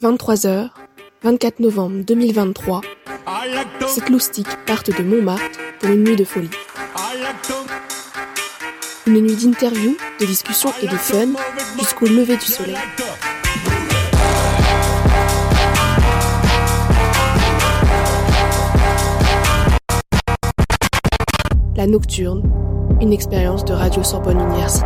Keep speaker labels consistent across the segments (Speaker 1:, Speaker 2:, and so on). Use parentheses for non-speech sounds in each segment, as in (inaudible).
Speaker 1: 23h, 24 novembre 2023, ces cloustiques partent de Montmartre pour une nuit de folie. Une nuit d'interviews, de discussions et de fun jusqu'au lever du soleil. La Nocturne, une expérience de Radio Sorbonne Université.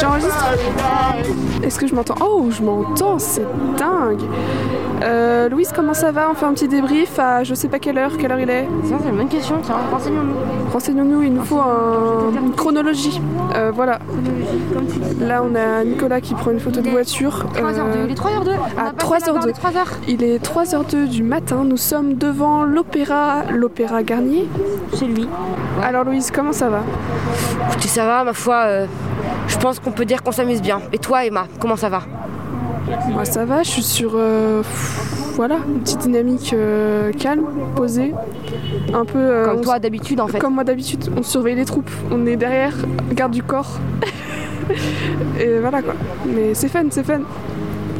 Speaker 2: J'enregistre. Est-ce que je m'entends Oh, je m'entends, c'est dingue. Euh, Louise, comment ça va On fait un petit débrief à je sais pas quelle heure, quelle heure il est
Speaker 3: Tiens, c'est une bonne question, tiens, renseignons-nous.
Speaker 2: Renseignons-nous, il nous faut un- une chronologie. Euh, voilà,
Speaker 3: Comme tu dis.
Speaker 2: là on a Nicolas qui prend une photo de voiture.
Speaker 3: 3h02,
Speaker 2: Euh,
Speaker 3: il est 3h02.
Speaker 2: ah, 3h02.
Speaker 3: 3h.
Speaker 2: il est 3h02 du matin, nous sommes devant l'opéra, l'opéra Garnier.
Speaker 3: C'est lui.
Speaker 2: Alors Louise, comment ça va
Speaker 3: Écoutez, ça va, ma foi, euh, je pense qu'on peut dire qu'on s'amuse bien. Et toi, Emma, comment ça va
Speaker 2: Moi ça va, je suis sur... euh, pff, voilà, une petite dynamique euh, calme, posée. Un peu... euh,
Speaker 3: Comme
Speaker 2: on
Speaker 3: toi d'habitude, en fait.
Speaker 2: Comme moi d'habitude, on surveille les troupes, on est derrière, garde du
Speaker 3: (laughs)
Speaker 2: corps. et voilà quoi. Mais c'est fun, c'est fun.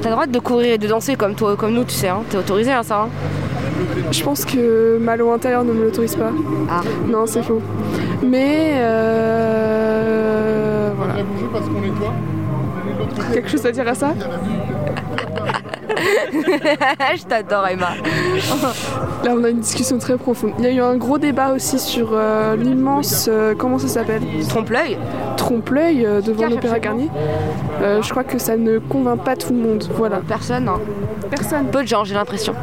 Speaker 3: T'as le droit de courir et de danser comme toi, comme nous, tu sais, hein. T'es autorisé à ça, hein.
Speaker 2: Je pense que ma loi intérieure ne me l'autorise pas.
Speaker 3: Ah.
Speaker 2: Non, c'est faux. Mais euh, voilà. Quelque chose à dire à ça
Speaker 3: (laughs) je t'adore, Emma.
Speaker 2: Là, on a une discussion très profonde. Il y a eu un gros débat aussi sur euh, l'immense. euh, comment ça s'appelle
Speaker 3: Trompe-l'œil
Speaker 2: Trompe-l'œil euh, devant
Speaker 3: Cache
Speaker 2: l'Opéra
Speaker 3: absolument.
Speaker 2: Garnier. Euh, je crois que ça ne convainc pas tout le monde. Voilà.
Speaker 3: Personne, hein.
Speaker 2: Personne.
Speaker 3: peu de gens, j'ai l'impression.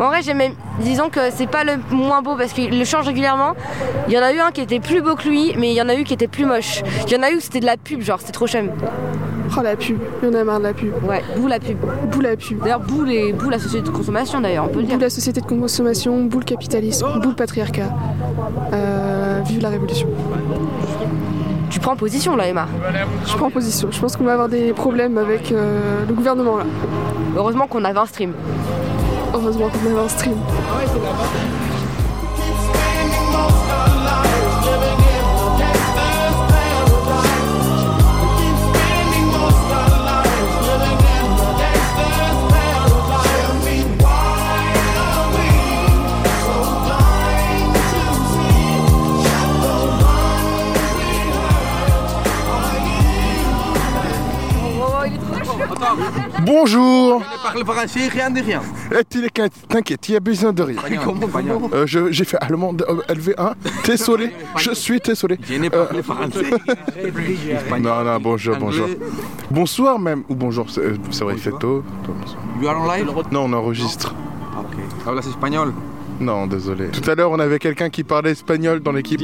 Speaker 3: En vrai, j'ai même. Disons que c'est pas le moins beau parce qu'il le change régulièrement. Il y en a eu un qui était plus beau que lui, mais il y en a eu qui était plus moche. Il y en a eu où c'était de la pub, genre c'était trop chum.
Speaker 2: Oh la pub. Il y en a marre de la pub.
Speaker 3: Ouais, boue la pub.
Speaker 2: Bout la pub.
Speaker 3: D'ailleurs, boue, les... boue la société de consommation, d'ailleurs, on peut le
Speaker 2: Boule
Speaker 3: dire.
Speaker 2: la société de consommation, boule le capitalisme, boule le patriarcat. Euh, vive la révolution.
Speaker 3: Tu prends position là, Emma.
Speaker 2: Je prends position. Je pense qu'on va avoir des problèmes avec euh, le gouvernement là.
Speaker 3: Heureusement qu'on avait un stream.
Speaker 2: Heureusement qu'on avait un stream.
Speaker 4: Bonjour
Speaker 5: Parle français, rien de rien.
Speaker 4: Eh, t'es- T'inquiète, il y a besoin de rien. Euh, je- J'ai fait allemand de- euh, LV1. Désolé, je suis désolé.
Speaker 5: Je ne
Speaker 6: Euh,
Speaker 5: parle français.
Speaker 4: Non, non, bonjour, bonjour. Bonsoir même, ou bonjour, c'est euh, c'est vrai, c'est tôt.
Speaker 5: You are online
Speaker 4: Non, on enregistre.
Speaker 5: Hablas espagnol
Speaker 4: Non, désolé. Tout à l'heure, on avait quelqu'un qui parlait espagnol dans l'équipe.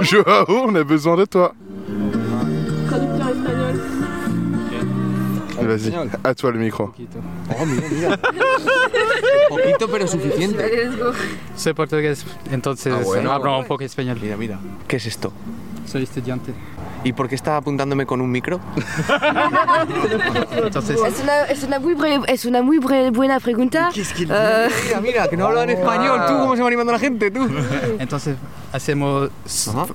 Speaker 4: Joao, on a besoin de toi. Vas-y, à toi le micro.
Speaker 5: Poquito, pero suficiente.
Speaker 7: Soy portugués, entonces
Speaker 5: Ah, bueno.
Speaker 7: hablo un poco español.
Speaker 6: Mira, mira, ¿qué es esto?
Speaker 7: Soy estudiante.
Speaker 6: ¿Y por qué está apuntándome con un micro?
Speaker 7: Entonces,
Speaker 3: Es una- es una muy bre- es una muy bre- buena pregunta. Euh,
Speaker 6: Mira, mira, que no hablan español, tú, ¿cómo se va animando la gente, tú?
Speaker 7: entonces hacemos.
Speaker 6: Ajá.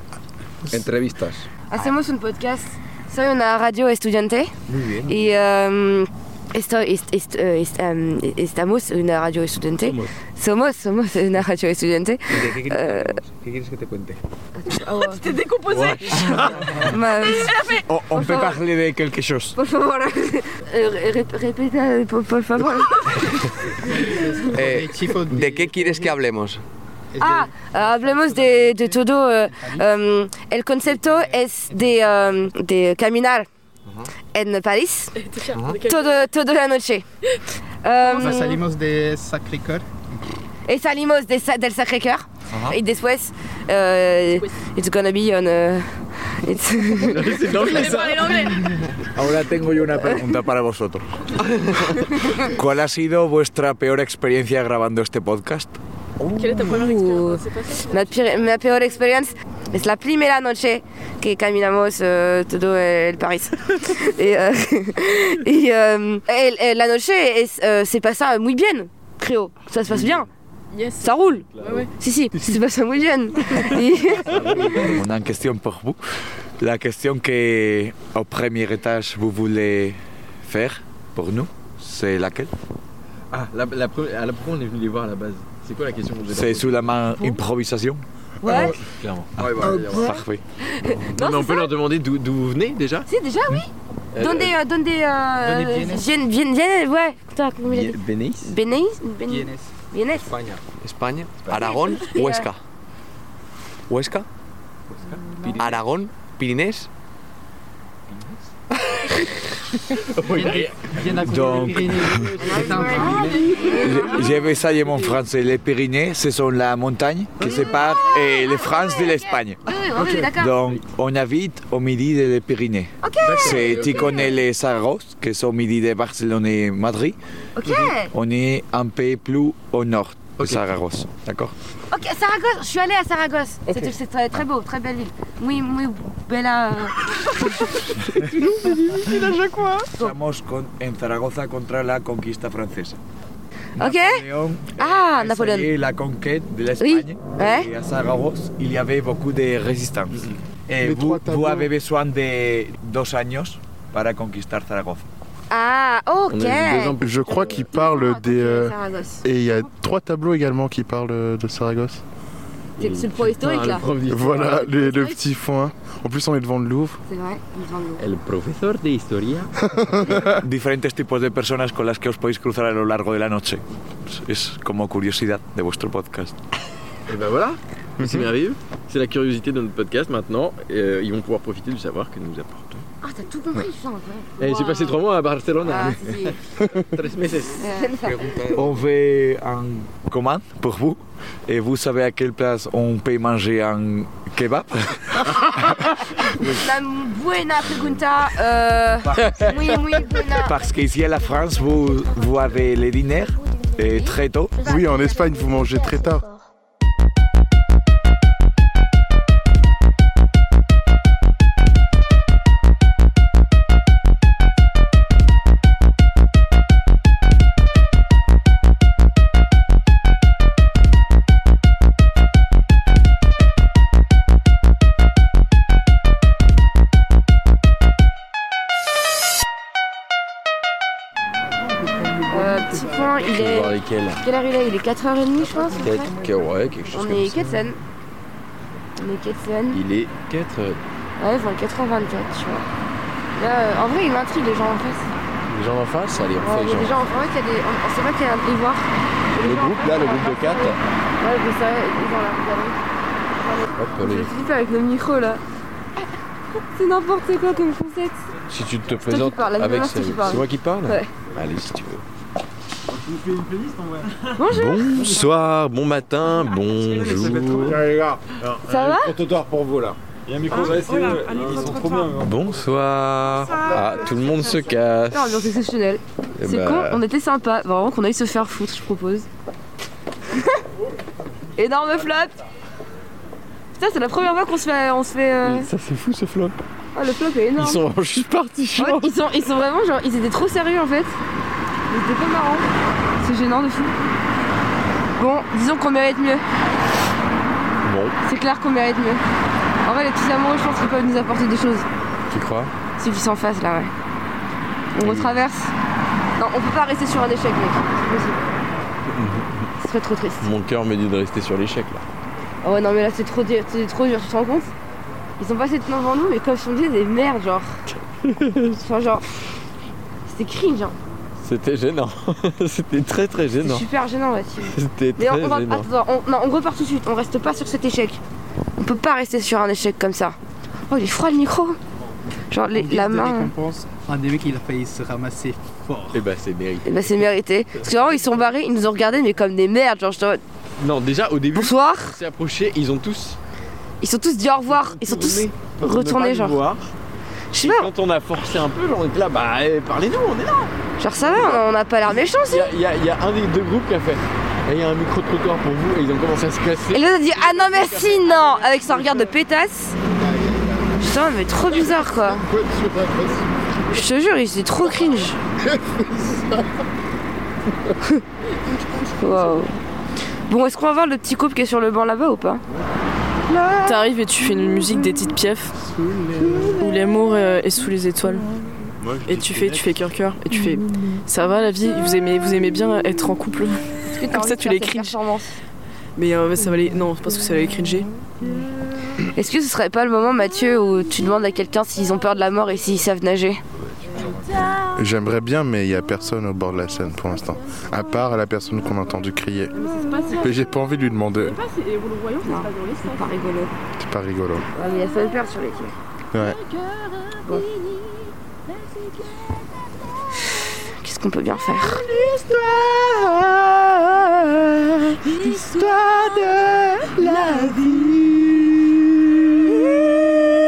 Speaker 5: Entrevistas.
Speaker 3: Hacemos un podcast. Soy una radio estudiante. Y um, esto, es- es- eh, es- em, estamos una radio estudiante. Somos, somos una radio estudiante. Eh,
Speaker 6: ¿Qué, qué quieres, que hagamos? ¿Qué quieres que te cuente?
Speaker 3: (laughs) Ma-
Speaker 6: On peut parler de quelque chose.
Speaker 3: por favor, eh, rep- repita, por, por favor.
Speaker 6: Eh, ¿De qué quieres que hablemos?
Speaker 3: Ah, hablemos de, de todo. eh, em, el concepto es de, em, de caminar en París todo, toda la noche. Em,
Speaker 7: nos salimos de Sacré-Cœur.
Speaker 3: Et salimos de Sa- del Sacré-Cœur. Et después, euh, it's gonna be on. euh, it's-
Speaker 8: Ahora tengo yo una pregunta para
Speaker 5: (laughs)
Speaker 8: vosotros. ¿Cuál ha sido vuestra peor experiencia grabando este podcast?
Speaker 3: Ouh. ma, pire- ma peor expérience, es la primera noche que caminamos euh, todo el París. et, euh, (laughs) et, euh, et- et la noche, es, euh, se pasa muy bien, creo. Ça se passe bien. Ça roule Si, si, c'est pas ça muy bien.
Speaker 8: On a une question pour vous. La question que au premier étage vous voulez faire pour nous, c'est laquelle
Speaker 5: Ah, la, la, pre- à la pourquoi on est venu les voir à la base C'est quoi la question que vous avez
Speaker 8: C'est sous la main improvisation
Speaker 3: Ouais,
Speaker 5: Clairement. Ah, ouais, voilà, clairement.
Speaker 8: Parfait.
Speaker 3: Oh, non,
Speaker 5: Non, mais on
Speaker 3: c'est
Speaker 5: peut leur demander d'où d'où vous venez déjà
Speaker 3: si, déjà, oui.
Speaker 5: Euh,
Speaker 3: Donde, euh, donde, euh,
Speaker 7: Donde
Speaker 3: vien-
Speaker 7: vienes?
Speaker 3: vien- vien- ouais. Putain, comment il a
Speaker 5: Bien-
Speaker 3: dit
Speaker 5: ¿Venís?
Speaker 3: Benéis- ben-
Speaker 7: ¿Quién es?
Speaker 3: Vienes.
Speaker 5: España.
Speaker 6: España, Aragón,
Speaker 3: Sí.
Speaker 6: Huesca. Huesca, Aragón, Pirinés.
Speaker 7: ¿Quién ha cogido
Speaker 8: Donc-
Speaker 7: el Pirineo? C'est un Pirineo.
Speaker 8: Je- Je vais essayer mon français. Les Pyrénées, ce sont la montagne qui sépare euh, la France de l'Espagne.
Speaker 3: Oui, oui, oui, d'accord.
Speaker 8: Donc, on habite au midi des Pyrénées. C'est, tu connais les Saragosse, qui sont au midi de Barcelone et Madrid.
Speaker 3: Ok,
Speaker 8: On est un peu plus au nord de Saragosse. D'accord
Speaker 3: ok, Saragosse, je suis allée à Saragosse. C'est- C'est très, très beau, très belle ville. Muy, muy bella. euh.
Speaker 8: Estamos en Zaragoza contra la conquista francesa.
Speaker 3: Ok ¿Eh? Ah, eh, Napoléon. essayé
Speaker 8: la conquête de
Speaker 3: l'Espagne. Ouais.
Speaker 8: Et à Saragosse, il y avait beaucoup de résistance. Et
Speaker 4: Les
Speaker 8: vous,
Speaker 4: trois tableaux.
Speaker 8: vous avez besoin de dos años para conquistar Zaragoza.
Speaker 3: Ah, ok. Ah,
Speaker 5: On a eu deux ans plus.
Speaker 4: Je crois qu'il parle des. euh,
Speaker 3: Saragosse.
Speaker 4: Et il y a trois tableaux également qui parlent euh, de Saragosse.
Speaker 3: C'est c'est le pro historique
Speaker 5: Ah,
Speaker 3: là.
Speaker 5: le prof d'histoire.
Speaker 4: Voilà, le, le petit foin. En plus, on est devant le Louvre.
Speaker 3: C'est vrai, il vend de l'eau.
Speaker 5: El profesor de historia.
Speaker 8: Diferentes tipos de personas con las que os podéis cruzar a lo largo de la noche. Es es como curiosidad de vuestro podcast.
Speaker 5: Et ben voilà, c'est merveilleux. C'est la curiosité de notre podcast maintenant. et, euh, ils vont pouvoir profiter du savoir que nous apportons.
Speaker 3: Ah, t'as tout compris, putain. incroyable.
Speaker 5: Et Eh, j'ai
Speaker 3: Wow.
Speaker 5: passé trois mois à Barcelone.
Speaker 3: Ah, si, si.
Speaker 5: Tres meses.
Speaker 3: Euh,
Speaker 4: Eh,
Speaker 8: On fait un commande pour vous et vous savez à quelle place on peut manger un kebab.
Speaker 3: La buena pregunta. Euh... oui, oui, buena.
Speaker 8: Parce qu'ici à la France, vous, vous avez les dîners et très tôt.
Speaker 4: Oui, en Espagne, vous mangez très tard.
Speaker 3: Euh, petit point, il
Speaker 5: On va
Speaker 3: est.
Speaker 5: voir lesquels.
Speaker 3: Quelle heure il est Il est 4h30, je pense. à peu près.
Speaker 5: Peut-être que- ouais, quelque chose
Speaker 3: On
Speaker 5: comme
Speaker 3: est
Speaker 5: ça.
Speaker 3: Ketsen. On est Ketsen.
Speaker 5: Il est euh, 4 heures.
Speaker 3: Ouais, 24 h 24, tu vois. Là, euh, en vrai, il m'intrigue les gens en face.
Speaker 5: Les gens en face, allez, on
Speaker 3: Ouais, Ah,
Speaker 5: fait
Speaker 3: il
Speaker 5: les
Speaker 3: y a des gens
Speaker 5: gens.
Speaker 3: en face, il y a des. On, on sait pas qu'il y a un ivoire.
Speaker 5: Le groupe là, le groupe de 4.
Speaker 3: Ouais, mais ça, ils ont la regarder.
Speaker 5: Hop,
Speaker 3: Je
Speaker 5: allez.
Speaker 3: flippe avec le micro là. C'est n'importe quoi comme chaussette.
Speaker 5: Si tu te
Speaker 3: qui
Speaker 5: présentes
Speaker 3: parle, la
Speaker 5: avec
Speaker 3: meuf, c'est
Speaker 5: ce-
Speaker 3: qui parle.
Speaker 5: C'est moi qui parle
Speaker 3: Ouais.
Speaker 5: Allez, si tu veux.
Speaker 3: Bonjour.
Speaker 5: Bonsoir, bon matin, bonjour. Euh,
Speaker 3: Ça va
Speaker 5: Bonsoir. Ah, tout le monde se casse.
Speaker 3: C'est ambiance exceptionnelle.
Speaker 5: Eh
Speaker 3: C'est
Speaker 5: bah,
Speaker 3: con, hein. on était sympa. Vraiment qu'on aille se faire foutre, je propose. (laughs) Énorme flop Putain, c'est la première fois qu'on se fait. On se fait euh,
Speaker 5: Ça c'est fou ce flop.
Speaker 3: Oh, le flop est énorme.
Speaker 5: Ils sont vraiment juste partis, je
Speaker 3: Ouais,
Speaker 5: crois.
Speaker 3: ils, sont, ils sont vraiment genre, ils étaient trop sérieux en fait. Ils étaient pas marrants. C'est gênant de fou. Bon, disons qu'on mérite mieux.
Speaker 5: Bon,
Speaker 3: C'est clair qu'on mérite mieux. En vrai, les petits amoureux, je pense qu'ils peuvent nous apporter des choses.
Speaker 5: tu crois
Speaker 3: Ceux qui sont en face là, ouais. On retraverse. Non, on peut pas rester sur un échec, mec. C'est possible. Ce serait trop triste.
Speaker 5: Mon cœur me dit de rester sur l'échec là.
Speaker 3: Oh ouais, non, mais là, c'est trop dur, c'est trop dur, tu te rends compte Ils sont passés tout devant nous, mais comme si on disait des merdes,
Speaker 5: (laughs)
Speaker 3: genre. enfin, genre. C'était cringe, hein.
Speaker 5: C'était gênant. (laughs) C'était très très
Speaker 3: C'était
Speaker 5: gênant.
Speaker 3: super gênant, ouais. tu-
Speaker 5: C'était
Speaker 3: Mais on,
Speaker 5: très
Speaker 3: on va-
Speaker 5: gênant.
Speaker 3: attends, on- non, on repart tout de suite, on reste pas sur cet échec. On peut pas rester sur un échec comme ça. Oh, il est froid le micro Genre, les-
Speaker 7: En guise
Speaker 3: la
Speaker 7: de
Speaker 3: main.
Speaker 7: récompense, un des mecs il a failli se ramasser fort.
Speaker 5: Eh ben c'est mérité.
Speaker 3: eh ben, c'est mérité. Parce que vraiment, ils sont barrés, ils nous ont regardés, mais comme des merdes. Genre, je te-
Speaker 5: Non, déjà au début,
Speaker 3: bonsoir.
Speaker 5: on s'est approché, ils ont tous
Speaker 3: Ils sont tous dit au revoir. Ils sont tous. Retourné,
Speaker 5: retourné
Speaker 3: genre. Je sais pas,
Speaker 5: Quand on a forcé un peu, genre, on était là, bah eh, parlez-nous, on est là.
Speaker 3: genre ça va, on- on n'a pas l'air méchants,
Speaker 5: Il
Speaker 3: si.
Speaker 5: y a- il y, a- il y a un des deux groupes qui a fait. Et il y a un micro trottoir pour vous et ils ont commencé à se casser.
Speaker 3: Et l'autre a dit Ah non, merci, non Avec son regard de pétasse. Putain, mais trop bizarre quoi. Je te jure, il- c'est trop cringe. Waouh. Bon, est-ce qu'on va voir le petit couple qui est sur le banc là-bas ou pas
Speaker 9: T'arrives et tu fais une musique des petites piefs où l'amour euh, est sous les étoiles. Et tu
Speaker 5: eh,
Speaker 9: fais, tu fais cœur cœur et tu fais. Ça va la vie, vous aimez, vous aimez bien être en couple. Comme ça, tu les cringes. Mais euh, ça va les, non, je pense que ça va les cringer.
Speaker 3: Est-ce que ce serait pas le moment, Mathieu, où tu demandes à quelqu'un s'ils ont peur de la mort et s'ils savent nager
Speaker 4: J'aimerais bien, mais il n'y a personne au bord de la scène pour l'instant. À part la personne qu'on a entendu crier. Mais j'ai pas envie de lui demander.
Speaker 3: C'est pas rigolo.
Speaker 4: C'est pas rigolo.
Speaker 3: Ouais, Ah, mais il y a ça de peur sur les pieds.
Speaker 4: Ouais.
Speaker 3: Qu'est-ce qu'on peut bien faire (laughs)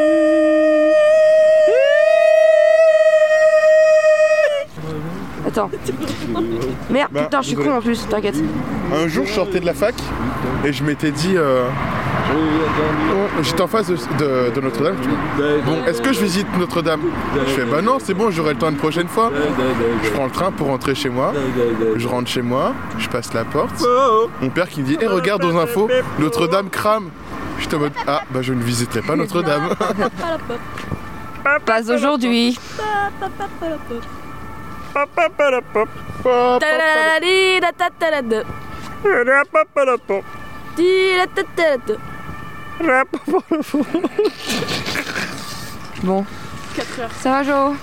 Speaker 3: Attends. Merde,
Speaker 4: Bah,
Speaker 3: putain, je suis
Speaker 4: désolé.
Speaker 3: con en plus, t'inquiète.
Speaker 4: Un jour, je sortais de la fac et je m'étais dit. euh, oh, J'étais en face de, de- de Notre-Dame. je me dis, Bon, est-ce que je visite Notre-Dame Je fais bah non, c'est bon, j'aurai le temps une prochaine fois. Je prends le train pour rentrer chez moi. Je rentre chez moi, je passe la porte. Mon père qui me dit Eh, regarde aux infos, Notre-Dame crame. J'étais en mode Ah, bah je ne visiterai pas Notre-Dame.
Speaker 3: Pas aujourd'hui.
Speaker 9: Tadadadidatatalade. Didatatalade.
Speaker 3: Ça va, Jo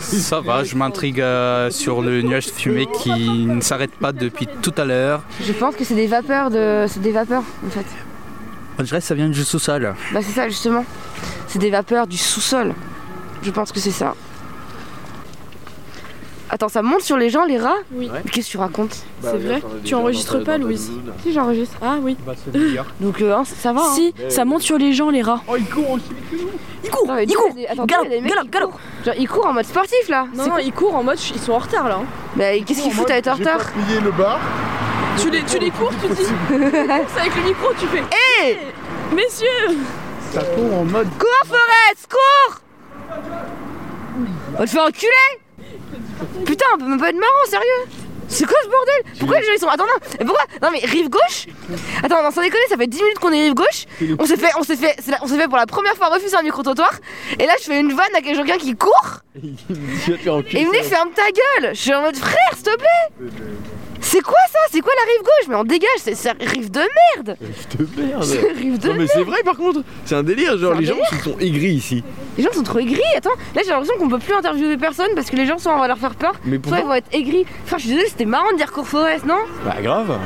Speaker 7: Ça va, je m'intrigue euh, sur le nuage de fumée qui ne s'arrête pas depuis tout à l'heure.
Speaker 3: Je pense que c'est des vapeurs de. C'est des vapeurs en fait.
Speaker 7: On dirait que ça vient du sous-sol.
Speaker 3: Bah c'est ça justement. C'est des vapeurs du sous-sol. Je pense que c'est ça. Attends, ça monte sur les gens, les rats
Speaker 9: Oui.
Speaker 3: Mais Qu'est-ce que tu racontes
Speaker 9: C'est vrai Tu enregistres pas, Louise
Speaker 3: Si j'enregistre.
Speaker 9: Ah oui.
Speaker 3: Donc euh, hein, ça va. hein.
Speaker 9: Si, ça monte sur les gens, les rats. Oh, ils courent
Speaker 3: Non, mais
Speaker 9: Ils
Speaker 3: du coup,
Speaker 9: courent
Speaker 3: il y a des- attends, il y a des
Speaker 9: Galope,
Speaker 3: mecs
Speaker 9: galope,
Speaker 3: qui
Speaker 9: galope
Speaker 3: Genre ils courent en mode sportif là.
Speaker 9: Non, non, ils courent en mode, ils sont en retard là. hein.
Speaker 3: Mais qu'est-ce qu'ils foutent à être en
Speaker 4: J'ai pas
Speaker 3: retard
Speaker 4: plié le bar.
Speaker 9: Tu les, tu les cours, tu dis. tu courses avec le micro, tu fais.
Speaker 3: Hé
Speaker 9: Messieurs
Speaker 3: Cours Forest, cours On te fait enculer Putain, on peut même pas être marrant, sérieux C'est quoi ce bordel Pourquoi les gens ils sont... Attends, non mais Pourquoi Non mais rive gauche Attends, non, sans déconner, ça fait 10 minutes qu'on est rive gauche On s'est fait, on s'est fait, c'est la- on s'est fait pour la première fois refuser un micro-trottoir Et là je fais une vanne à quelqu'un qui court Et il me dit ferme ta gueule Je suis en mode frère, s'il te plaît C'est quoi ça C'est quoi la rive gauche Mais on dégage, c'est c'est rive de merde (laughs) C'est rive de
Speaker 5: Non mais c'est vrai par contre, c'est un délire, genre
Speaker 3: C'est un
Speaker 5: les gens ils sont aigris ici.
Speaker 3: Les gens sont trop aigris, attends, là j'ai l'impression qu'on peut plus interviewer personne parce que les gens soit on va leur faire peur, soit
Speaker 5: Mais
Speaker 3: ils
Speaker 5: pourquoi
Speaker 3: vont être aigris. Enfin je suis désolée, c'était marrant de dire Cours Forest, non
Speaker 5: Bah grave.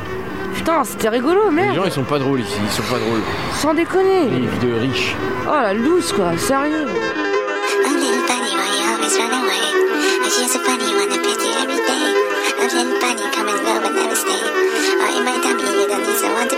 Speaker 3: Putain, c'était rigolo,
Speaker 5: Les
Speaker 3: merde,
Speaker 5: gens ils sont pas drôles ici, ils sont pas drôles.
Speaker 3: sans déconner.
Speaker 5: Rive de riches.
Speaker 3: Oh la loose quoi, sérieux.
Speaker 10: I'm little bunny, why you always run away? I hear the bunny wanna pet you every day. I'm little bunny, come and go but never stay. Oh, in my tummy, you don't need someone to